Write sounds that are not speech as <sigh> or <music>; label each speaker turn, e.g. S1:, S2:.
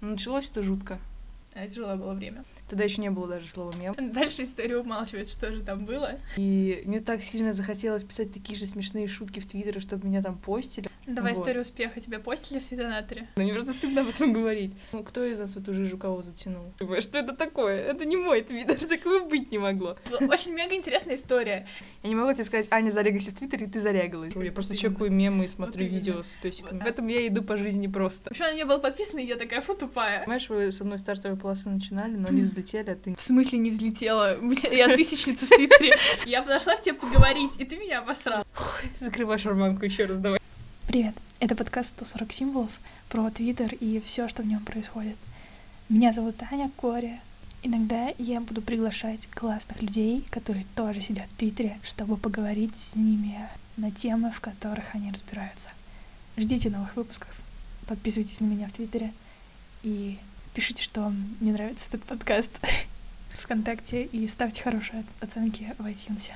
S1: Началось это жутко.
S2: А, тяжелое было время.
S1: Тогда еще не было даже слова мем.
S2: Дальше история умалчивает, что же там было.
S1: И мне так сильно захотелось писать такие же смешные шутки в Твиттере, чтобы меня там постили.
S2: Давай
S1: Вот.
S2: историю успеха. Тебя постили в Светонаторе?
S1: Ну, мне просто стыдно об этом говорить. Ну, кто из нас вот уже Жукова затянул? Думаю, Что это такое? Это не мой твит, даже <laughs> такого быть не могло.
S2: Очень мега интересная история.
S1: Я не могу тебе сказать, Аня, зарегалась в Твиттере, и ты зарегалась. Я просто чекаю мемы и смотрю
S2: именно.
S1: видео с песиком.
S2: Вот.
S1: В этом я иду по жизни просто.
S2: Вообще, она мне была подписана, и я такая, фу, тупая.
S1: Понимаешь, вы со мной стартовой полосы начинали, но не <laughs> взлетели, а ты...
S2: В смысле не взлетела? Я тысячница в Твиттере. Я подошла к тебе поговорить, и ты меня обосрал.
S1: Закрывай шарманку еще раз, давай.
S3: Привет, это подкаст «140 символов» про Твиттер и все, что в нем происходит. Меня зовут Аня Коря. Иногда я буду приглашать классных людей, которые тоже сидят в Твиттере, чтобы поговорить с ними на темы, в которых они разбираются. Ждите новых выпусков, подписывайтесь на меня в Твиттере и пишите, что вам <laughs> не нравится этот подкаст ВКонтакте и ставьте хорошие оценки в iTunes.